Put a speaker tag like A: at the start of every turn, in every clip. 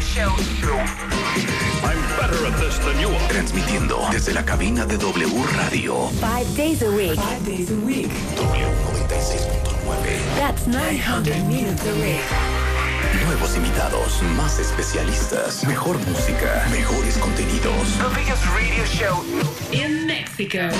A: shows.
B: I'm better at this than you are.
C: Transmitiendo desde la cabina de W Radio
D: Five days a week.
E: Five days a week.
C: W96.9.
D: That's 900 minutes a week.
C: Nuevos invitados, más especialistas, mejor música, mejores contenidos.
A: The biggest radio show
E: In Mexico.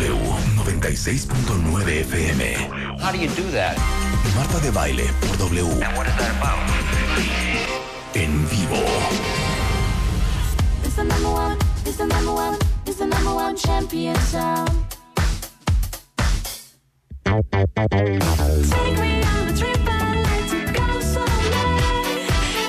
C: W96.9 FM.
F: How do you do that?
C: Marta de baile por W.
F: What is that about?
C: En vivo.
G: It's the number one, it's the number one, it's the number one champion sound. Take me on a trip, I'd like to go someday.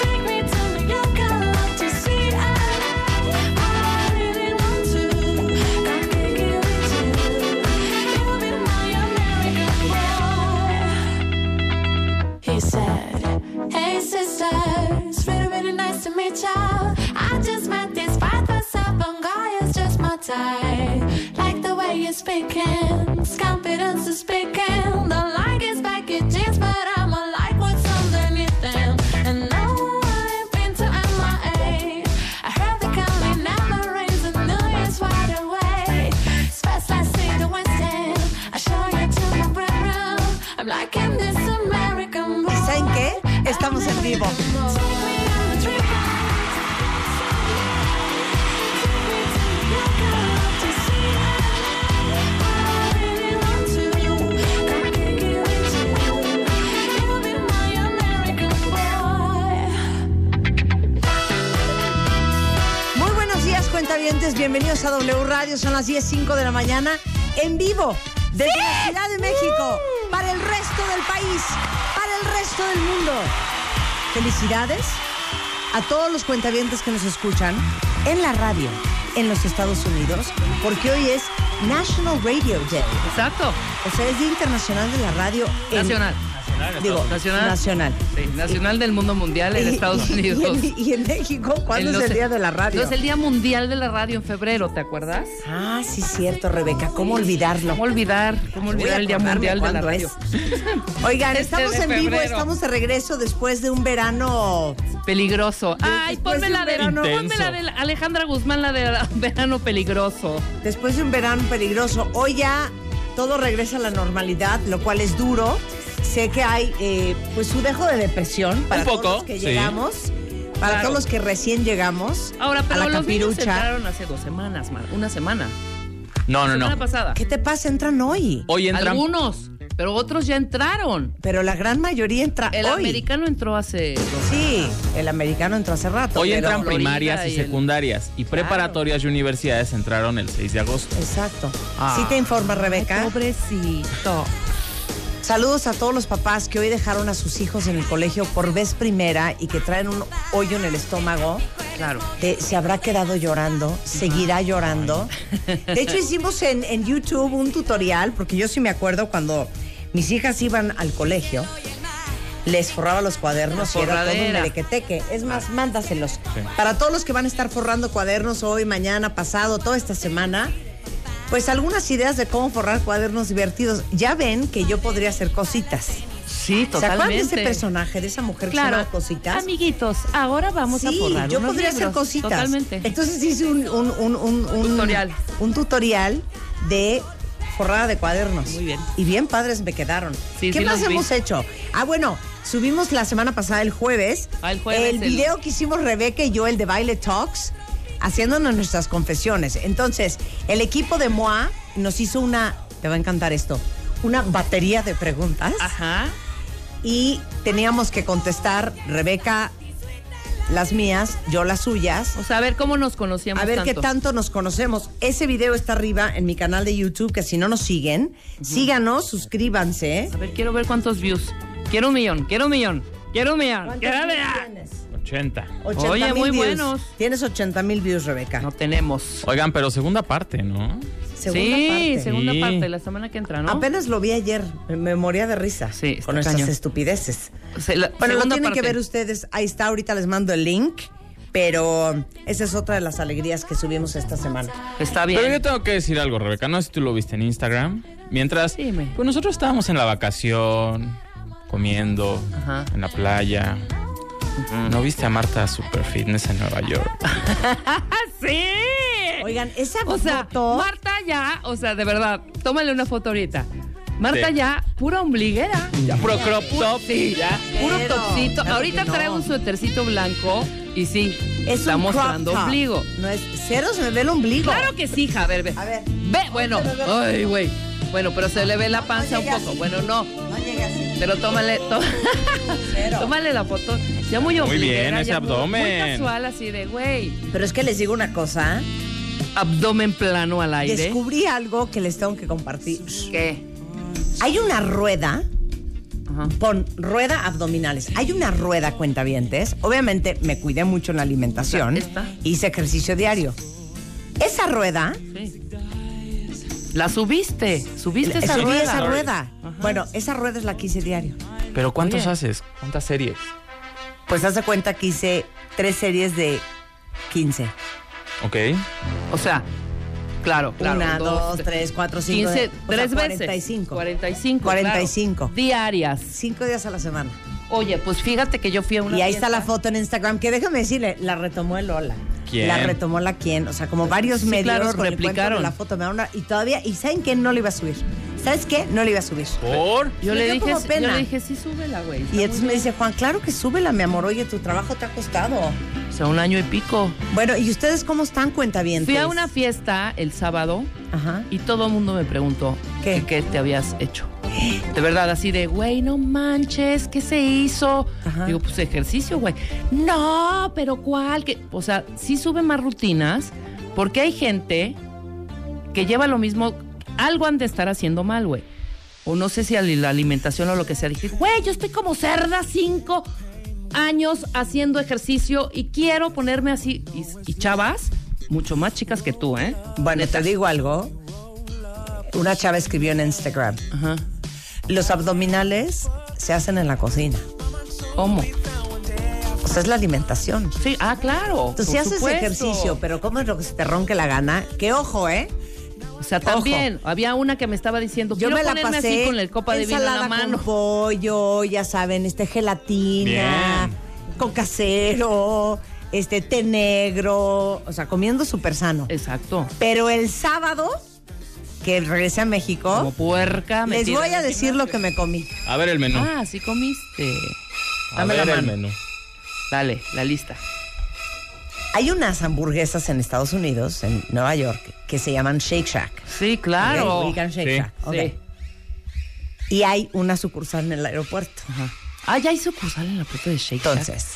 G: Take me to New York, I'd like to see LA. What I really want to, I can give it to you. You'll be my American boy. He said, Hey sister, it's really, really nice to meet ya. I just met this five foot seven guy, it's just my type. Like the way you're speaking, his confidence is speaking. Don't like his baggy jeans, but I'ma like what's underneath them. And no, I've been to MIA. I heard the county never rains and New Year's wide awake. Spats like Cedar Winston, I show you to my bedroom. I'm like in this American
H: ¿Y
G: world.
H: saben qué? Estamos en vivo. Muy buenos días, cuentavientes. Bienvenidos a W Radio. Son las 10.05 de la mañana en vivo desde la Ciudad de México
D: Uh.
H: para el resto del país, para el resto del mundo. Felicidades a todos los cuentavientes que nos escuchan en la radio en los Estados Unidos, porque hoy es National Radio Day.
I: Exacto.
H: O sea, es Día Internacional de la Radio en-
I: Nacional.
H: Digo, nacional.
I: Nacional. Sí, nacional del mundo mundial en
H: Y-
I: Estados
H: y- y en-
I: Unidos.
H: Y en, México, ¿cuándo
I: En
H: es
I: los-
H: el Día de la Radio?
I: No, es el Día Mundial de la Radio en febrero, ¿te acuerdas?
H: Ah, sí, cierto, Rebeca. ¿Cómo olvidarlo?
I: ¿Cómo olvidar? ¿Cómo
H: Voy a
I: olvidar el Día
H: acordarme
I: Mundial de la
H: cuándo
I: Radio?
H: Oigan,
I: Este
H: estamos
I: de
H: en vivo,
I: febrero.
H: estamos de regreso después de un verano.
I: Peligroso. Ay,
H: después
I: ponme
H: de
I: la
H: un
I: de,
H: verano-
I: ponme la de la- Alejandra Guzmán, la de la- verano peligroso.
H: Después de un verano peligroso. Hoy ya todo regresa a la normalidad, lo cual es duro. Sé que hay eh, pues su dejo de depresión para
J: poco,
H: todos los que
J: sí.
H: llegamos, para
I: Claro.
H: todos los que recién llegamos.
I: Ahora, pero
H: a la
I: los niños
H: capirucha.
I: entraron hace dos semanas, Mar, una semana.
J: No, no,
I: La semana
J: no.
I: pasada.
H: ¿Qué te pasa? Entran hoy.
J: Hoy entran.
I: Algunos, pero otros ya entraron.
H: Pero la gran mayoría entra
I: El
H: hoy.
I: americano entró hace dos
H: Sí, el americano entró hace rato.
J: Hoy
H: pero-
J: entran
I: Florida
J: primarias y,
I: y el-
J: secundarias y preparatorias y universidades entraron el 6 de agosto.
H: Exacto.
J: Ah.
H: Sí te informa,
I: Ay,
H: Rebeca.
I: Pobrecito.
H: Saludos a todos los papás que hoy dejaron a sus hijos en el colegio por vez primera y que traen un hoyo en el estómago.
I: Claro.
H: de- se habrá quedado llorando, seguirá llorando. De hecho, hicimos en, en YouTube un tutorial, porque yo sí me acuerdo cuando mis hijas iban al colegio, les forraba los cuadernos y
I: La
H: era todo un
I: forradera. Ah.
H: merequeteque. Es más, mándaselos. Para todos los que van a estar forrando cuadernos hoy, mañana, pasado, toda esta semana, pues algunas ideas de cómo forrar cuadernos divertidos. Ya ven que yo podría hacer cositas.
I: Sí,
H: ¿Se acuerdan de
I: totalmente.
H: ese personaje, de esa mujer que se
I: Claro.
H: llama Cositas?
I: Amiguitos, ahora vamos a
H: sí,
I: forrar
H: yo
I: unos
H: podría hacer
I: libros.
H: cositas.
I: Totalmente.
H: Entonces hice un, un- un- un- un-
I: Tutorial.
H: Un tutorial de forrada de cuadernos.
I: Muy bien.
H: Y bien padres me quedaron.
I: Sí,
H: ¿Qué
I: sí
H: más
I: los vi.
H: hemos hecho? Ah, bueno, subimos la semana pasada, el jueves,
I: Ah, el jueves, el-
H: video que hicimos Rebeca y yo, el de Baile Talks, haciéndonos nuestras confesiones. Entonces, el equipo de MOA nos hizo una, te va a encantar esto, una batería de preguntas
I: Ajá.
H: y teníamos que contestar, Rebeca, las mías, yo las suyas.
I: O sea, a ver cómo nos conocíamos
H: A ver
I: tanto.
H: qué tanto nos conocemos. Ese video está arriba en mi canal de YouTube, que si no nos siguen, síganos, suscríbanse.
I: A ver, quiero ver cuántos views. Quiero un millón, quiero un millón, quiero un millón. quiero un millón.
J: 80.
H: 80
I: Oye,
H: mil
I: muy
H: views.
I: buenos.
H: Tienes 80 mil views, Rebeca.
I: No tenemos.
J: Oigan, pero segunda parte, ¿no?
H: Segunda
I: sí,
H: parte.
I: segunda
J: Sí.
I: parte, la semana que entra, ¿no?
H: Apenas lo vi ayer, me- me moría de risa
I: Sí, está
H: con esas
I: cañón.
H: estupideces.
I: Se- la-
H: Bueno, lo
I: segunda
H: tienen que
I: parte.
H: ver ustedes. Ahí está, ahorita les mando el link. Pero esa es otra de las alegrías que subimos esta semana.
I: Está bien.
J: Pero yo tengo que decir algo, Rebeca. No sé si tú lo viste en Instagram. Mientras,
I: Dime.
J: pues nosotros estábamos en la vacación, comiendo,
I: Ajá.
J: en la playa, ¿No viste a Marta Super Fitness en Nueva York?
I: ¡Ah, ¡Sí!
H: Oigan, esa
I: O sea,
H: foto.
I: Marta ya, o sea, de verdad, tómale una foto ahorita. Marta
J: Sí.
I: ya, pura ombliguera.
J: Pro crop top.
I: Sí,
J: ya.
I: Puro
H: Pero,
I: topsito.
H: claro
I: Ahorita
H: que no.
I: trae un suétercito blanco y sí,
H: es
I: está
H: un crop
I: mostrando
H: top.
I: ombligo.
H: No es cero, se me ve el ombligo.
I: Claro que sí, hija, a ver, ve.
H: A ver.
I: Ve, bueno,
H: Se me ve-
I: ay, güey. Bueno, pero se le ve la panza un
H: llega
I: poco.
H: así.
I: Bueno, no,
H: No llega así.
I: pero tómale, tó-
H: Cero.
I: tómale la foto. Ya muy ombliguera,
J: bien, ese
I: ya muy- Muy,
J: abdomen.
I: casual, así de, güey,
H: Pero es que les digo una cosa.
I: abdomen plano al aire.
H: Descubrí algo que les tengo que compartir.
I: ¿Qué?
H: Hay una rueda
I: Ajá.
H: pon rueda abdominales. Hay una rueda cuentavientes. Obviamente me cuidé mucho en la alimentación.
I: Esta, esta.
H: Hice ejercicio diario. Esa rueda,
I: Sí. La subiste, subiste esa
H: subí
I: rueda.
H: esa rueda.
I: Ajá.
H: Bueno, esa rueda es la que hice diario.
J: Pero ¿cuántos
I: Oye.
J: haces? ¿Cuántas series?
H: Pues haz de cuenta que hice tres series de 15.
J: Ok.
I: O sea, claro, claro.
H: Una, dos, tres, cuatro, cinco.
I: 15,
H: o sea,
I: tres veces.
H: 45.
I: 45.
H: 45.
I: claro. Diarias.
H: Cinco días a la semana.
I: Oye, pues fíjate que yo fui a una.
H: Y ahí está
I: fiesta.
H: la foto en Instagram, que déjame decirle, la retomó el Lola.
J: ¿Quién?
H: La retomó la quien, o sea, como varios
I: Sí,
H: medios
I: claro,
H: con el cuento de
I: replicaron.
H: la foto. me da una- y todavía, ¿y saben qué? No lo iba a subir. ¿Sabes qué? No lo iba a subir.
J: ¿Por?
I: Yo
H: Me
I: le,
H: dio
I: dije,
H: como pena.
I: yo le dije, sí, súbela, güey.
H: Y entonces me dice, Juan, claro que súbela, mi amor. Oye, tu trabajo te ha costado.
I: O sea, un año y pico.
H: Bueno, ¿y ustedes cómo están, cuentavientes?
I: Fui a una fiesta el sábado
H: Ajá.
I: y todo el mundo me preguntó
H: ¿Qué?
I: que ¿Qué te habías hecho? De verdad, así de, güey, no manches, ¿qué se hizo?
H: Ajá.
I: Digo, pues ejercicio, güey. No, pero ¿cuál? que O sea, sí sube más rutinas porque hay gente que lleva lo mismo, algo han de estar haciendo mal, güey. O no sé si al- la alimentación o lo que sea. Dije, güey, yo estoy como cerda cinco años haciendo ejercicio y quiero ponerme así. Y, y chavas, mucho más chicas que tú, ¿eh?
H: Bueno,
I: Neta.
H: te digo algo. Una chava escribió en Instagram,
I: Ajá.
H: los abdominales se hacen en la cocina.
I: ¿Cómo?
H: O sea, es la alimentación.
I: Sí, ah, claro.
H: Tú sí
I: por
H: haces
I: supuesto.
H: ejercicio, pero comes lo que se te ronque la gana. Que ojo, ¿eh?
I: O sea, también había una que me estaba diciendo,
H: Yo
I: quiero
H: me la
I: ponerme
H: pasé
I: así con el copa de vino en la
H: ensalada
I: mano.
H: con pollo, ya saben, este gelatina, con casero, este té negro, o sea, comiendo súper sano.
I: Exacto.
H: Pero el sábado que regresé a
I: Como
H: México,
I: puerca.
H: les
I: metida
H: voy
I: en
H: a
I: el
H: decir lo que me comí.
J: A ver el menú.
I: gimnasio. Ah, sí comiste.
J: a
I: dame
J: ver
I: la
J: el
I: mano.
J: menú.
I: Dale, la lista.
H: Hay unas hamburguesas en Estados Unidos, en Nueva York, que se llaman Shake Shack.
I: Sí, claro.
H: Ok, ubican Shake
J: Sí.
H: Shack. ok.
I: Sí.
H: Y hay una sucursal en el aeropuerto.
I: Ajá. Ah, ya hay sucursal en la puerta de Shake Shack.
H: Entonces,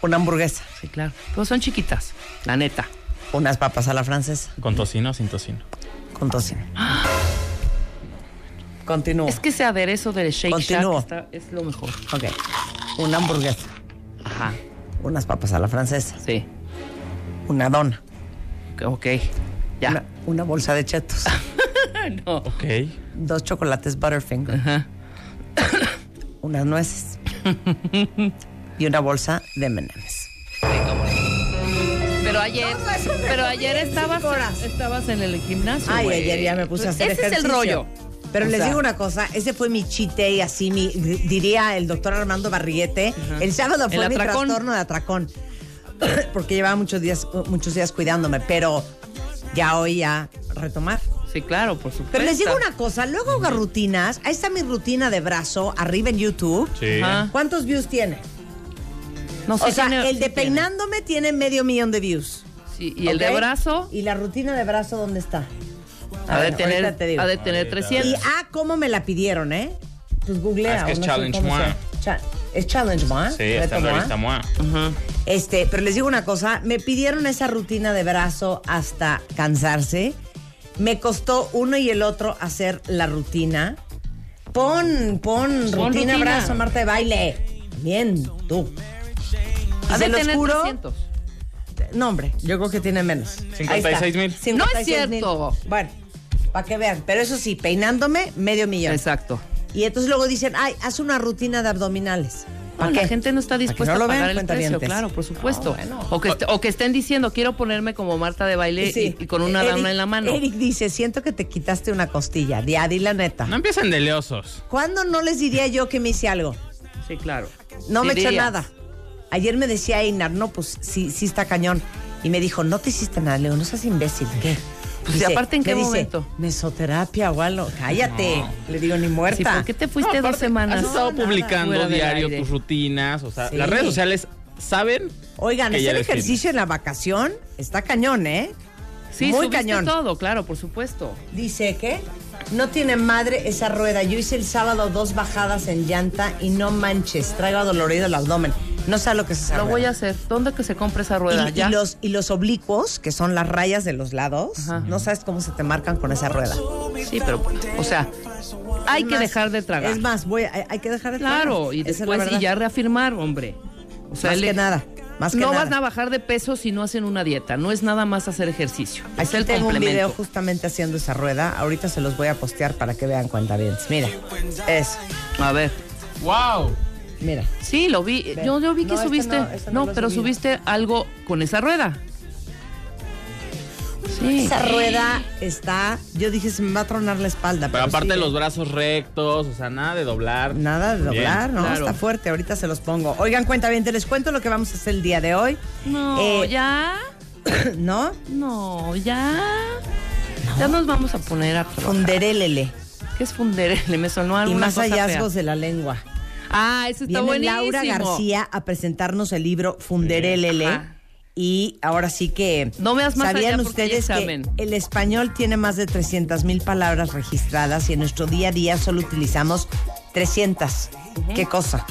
H: una hamburguesa,
I: Sí, claro. Pero son chiquitas, la neta.
H: unas papas a la francesa
J: ¿Con tocino o sin tocino?
H: con tocino. Continúo.
I: Es que ese aderezo de Shake
H: Oh. Continúo.
I: Shack está- es lo mejor.
H: Ok. Una hamburguesa,
I: Ajá,
H: unas papas a la francesa,
I: sí.
H: una dona,
I: Ok, ya. Ah.
H: una, una bolsa de chetos,
I: No.
J: Ok.
H: dos chocolates Butterfinger,
I: Ajá.
H: unas nueces y una bolsa de menemes.
I: Pero ayer,
H: No, eso me
I: pero
H: comí
I: ayer
H: en
I: estabas,
H: cinco horas.
I: estabas en el gimnasio.
H: Ay,
I: güey.
H: ayer ya me puse a hacer
I: Pues Ese
H: ejercicio.
I: es el rollo.
H: Pero
I: O
H: les
I: sea,
H: digo una cosa, ese fue mi chite y así mi, diría el doctor Armando Barriguete. El sábado fue
I: El
H: mi
I: atracón.
H: trastorno de atracón. Porque llevaba muchos días, muchos días cuidándome, pero ya hoy a retomar.
I: Sí, claro, por supuesto.
H: Pero les digo una cosa, luego hago rutinas. Ahí está mi rutina de brazo, arriba en YouTube.
J: Sí.
I: Ajá.
H: ¿Cuántos views tiene?
I: No, sí
H: o sea,
I: tiene-
H: el
I: sí
H: de
I: tiene.
H: peinándome tiene medio millón de views.
I: Sí, y el de
H: ¿ok?
I: brazo
H: ¿Y la rutina de brazo dónde está? A
I: ha de
H: ver, ahorita
I: tener,
H: te digo.
I: ha de tener
J: Ahorita.
H: Y
I: 300.
H: ah, cómo me la pidieron, ¿eh? Pues
J: Ah,
H: googlea.
J: es que
H: o
J: es
H: no sé
J: challenge
H: cómo
J: moi.
H: se- cha- es challenge moi.
J: Sí, está en
H: reto
J: la
H: moi.
J: revista MOA.
I: Ajá.
H: Este, pero les digo una cosa, me pidieron esa rutina de brazo hasta cansarse. Me costó uno y el otro hacer la rutina. Pon, pon,
I: Pon
H: rutina,
I: rutina.
H: brazo, Marta de baile. Bien, tú.
I: Ha
H: Y
I: de
H: se los
I: tener
H: juro,
I: 300.
H: no hombre, yo creo que tiene menos.
J: 56 mil.
I: No es
H: 56 mil.
I: cierto.
H: Bueno, para que vean, pero eso sí, peinándome medio millón.
I: Exacto.
H: Y entonces luego dicen, ay, haz una rutina de abdominales.
I: No,
H: ¿Para
I: la
H: qué?
I: gente no está dispuesta
H: no lo
I: a pagar
H: vean,
I: el precio,
H: cuentavientes.
I: claro, por supuesto.
H: No, bueno.
I: o, que est- o que estén diciendo, quiero ponerme como Marta de baile
H: Sí.
I: y, y con una
H: Eric-
I: dama en la mano.
H: Eric dice, siento que te quitaste una costilla. Ya, di la neta.
J: No empiecen de leosos.
H: ¿Cuándo no les diría yo que me hice algo?
I: Sí, claro.
H: No
I: Sí
H: me eché
I: dirías.
H: nada. Ayer me decía Einar, no, pues sí, sí está cañón. Y me dijo, no te hiciste nada. Le digo, no seas imbécil, ¿qué?
I: Pues, ¿y aparte en qué
H: me dice,
I: momento?
H: mesoterapia o algo. Cállate. Le digo, ni muerta.
I: Sí, ¿Por qué te
J: No,
I: fuiste dos
J: aparte,
I: semanas?
J: Has estado
H: nada.
J: publicando
I: Fuera del
J: diario
I: aire.
J: tus rutinas. O sea,
H: Sí.
J: las redes sociales saben.
H: Oigan,
J: que ya
H: hacer
J: eres
H: ejercicio en la vacación está cañón, ¿eh?
I: sí,
H: muy
I: subiste
H: cañón.
I: todo, claro, por supuesto.
H: Dice que no tiene madre esa rueda. Yo hice el sábado dos bajadas en llanta y no manches, traigo dolorido el abdomen. No sé lo que es esa
I: Lo
H: rueda.
I: voy a hacer. ¿Dónde que se compre esa rueda?
H: Y, y
I: ya.
H: los, y los oblicuos, que son las rayas de los lados,
I: Ajá.
H: no sabes cómo se te marcan con esa rueda.
I: Sí, pero, o sea, hay
H: Es
I: que
H: más,
I: dejar de tragar.
H: Es más, voy, hay, hay que dejar de tragar.
I: Claro, y
H: Esa es la
I: después y
H: verdad.
I: ya reafirmar, hombre. O sea,
H: Más
I: le-
H: que nada, más que
I: no
H: nada.
I: van a bajar de peso si no hacen una dieta. No es nada más hacer ejercicio. es
H: Aquí
I: el
H: tengo un
I: complemento.
H: video justamente haciendo esa rueda. Ahorita se los voy a postear para que vean cuenta bien. Mira, eso,
I: A ver.
J: ¡Wow!
H: mira.
I: Sí, lo vi.
H: Ve.
I: Yo, yo vi que
H: No, este
I: subiste.
H: no, este no
I: no,
H: lo
I: pero
H: subí.
I: subiste algo con esa rueda. Sí.
H: Esa rueda está. Yo dije, se me va a tronar la espalda.
J: Pero aparte
H: sí,
J: los brazos rectos, o sea, nada de doblar.
H: Nada de
J: Bien.
H: doblar, ¿no?
I: claro.
H: Está fuerte, ahorita se los pongo. Oigan, cuenta bien, te les cuento lo que vamos a hacer el día de hoy.
I: No,
H: Eh,
I: ya.
H: ¿No?
I: No, ya. Ya nos vamos a poner a trabajar.
H: Funderelele.
I: ¿Qué es funderele? Me sonó
H: Y
I: alguna
H: más
I: cosa fea.
H: hallazgos de la lengua.
I: Ah, eso
H: Viene
I: está buenísimo.
H: Laura García a presentarnos el libro Funderelele.
I: Ajá.
H: Y ahora sí que.
I: No veas más
H: ¿Sabían
I: allá porque hay
H: ustedes que
I: examen?
H: el español tiene más de 300 mil palabras registradas y en nuestro día a día solo utilizamos 300? ¿Qué cosa?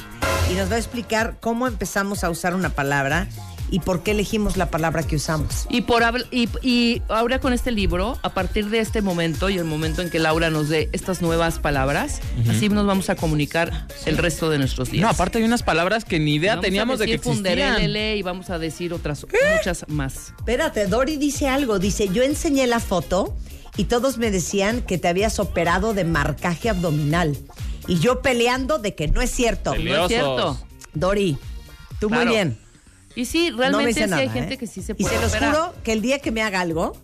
H: Y nos va a explicar cómo empezamos a usar una palabra y por qué elegimos la palabra que usamos.
I: Y, por, habl- y, y ahora con este libro, a partir de este momento y el momento en que Laura nos dé estas nuevas palabras, así nos vamos a comunicar el resto de nuestros días.
J: No, aparte hay unas palabras que ni idea
I: Vamos a
J: teníamos de que
I: decir
J: existían.
I: funderelele E, y vamos a decir otras muchas más.
H: Espérate, Dori dice algo. Dice, yo enseñé la foto y todos me decían que te habías operado de marcaje abdominal. Y yo peleando de que no es cierto.
I: ¿No
J: Pele-
I: es
J: Curiosos.
I: cierto?
H: Dori, tú
I: Claro.
H: muy bien.
I: Y sí,
H: No me
I: realmente
H: dice
I: sí hay
H: nada,
I: gente
H: ¿eh?
I: que sí se
H: Y
I: puede
H: se los
I: operar.
H: juro que el día que me haga algo,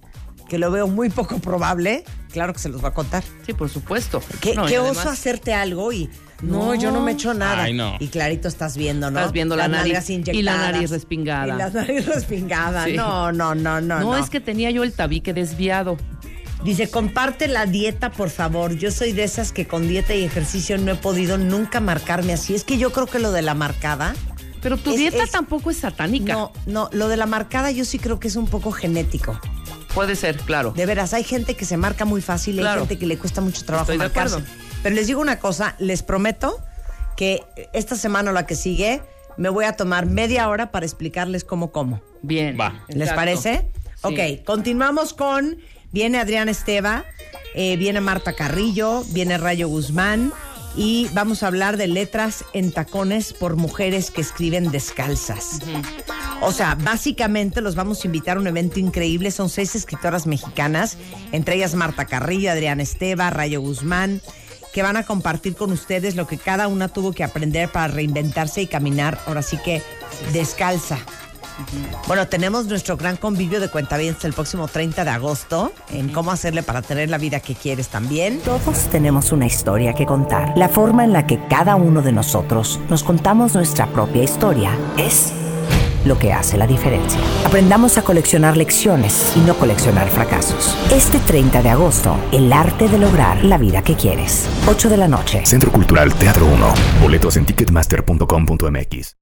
H: que lo veo muy poco probable, claro que se los va a contar.
I: Sí, por supuesto.
H: ¿Qué,
I: No, y
H: qué
I: además-
H: oso hacerte algo y... No,
I: No.
H: yo no me echo nada.
J: Ay, no.
H: Y clarito estás viendo, ¿no?
I: Estás viendo la
H: Las
I: nariz
H: nalgas
I: y la
H: inyectadas.
I: nariz respingada.
H: Y las nariz respingada.
I: Sí.
H: No, no, no, no,
I: No,
H: no.
I: es que tenía yo el tabique desviado.
H: Dice, comparte la dieta, por favor. Yo soy de esas que con dieta y ejercicio no he podido nunca marcarme así. Es que yo creo que lo de la marcada...
I: Pero tu
H: Es-
I: dieta
H: es-
I: tampoco es satánica.
H: No, no, lo de la marcada yo sí creo que es un poco genético.
I: Puede ser, claro.
H: De veras, hay gente que se marca muy fácil y hay
I: Claro.
H: gente que le cuesta mucho trabajo
I: Estoy de
H: marcarse.
I: acuerdo.
H: Pero les digo una cosa, les prometo que esta semana o la que sigue me voy a tomar media hora para explicarles cómo como.
I: Bien.
J: Va.
H: ¿Les
I: Exacto.
H: parece?
I: Sí.
H: Ok, continuamos con. Viene Adrián Esteva, eh, viene Marta Carrillo, viene Rayo Guzmán y vamos a hablar de letras en tacones por mujeres que escriben descalzas. O sea, básicamente los vamos a invitar a un evento increíble. Son seis escritoras mexicanas, entre ellas Marta Carrillo, Adrián Esteva, Rayo Guzmán, que van a compartir con ustedes lo que cada una tuvo que aprender para reinventarse y caminar, ahora sí que descalza. Bueno, tenemos nuestro gran convivio de cuentavientes el próximo 30 de agosto en cómo hacerle para tener la vida que quieres también.
A: Todos tenemos una historia que contar. La forma en la que cada uno de nosotros nos contamos nuestra propia historia es lo que hace la diferencia. Aprendamos a coleccionar lecciones y no coleccionar fracasos. Este 30 de agosto, el arte de lograr la vida que quieres. 8 de la noche.
C: Centro Cultural Teatro 1. Boletos en ticketmaster.com.mx.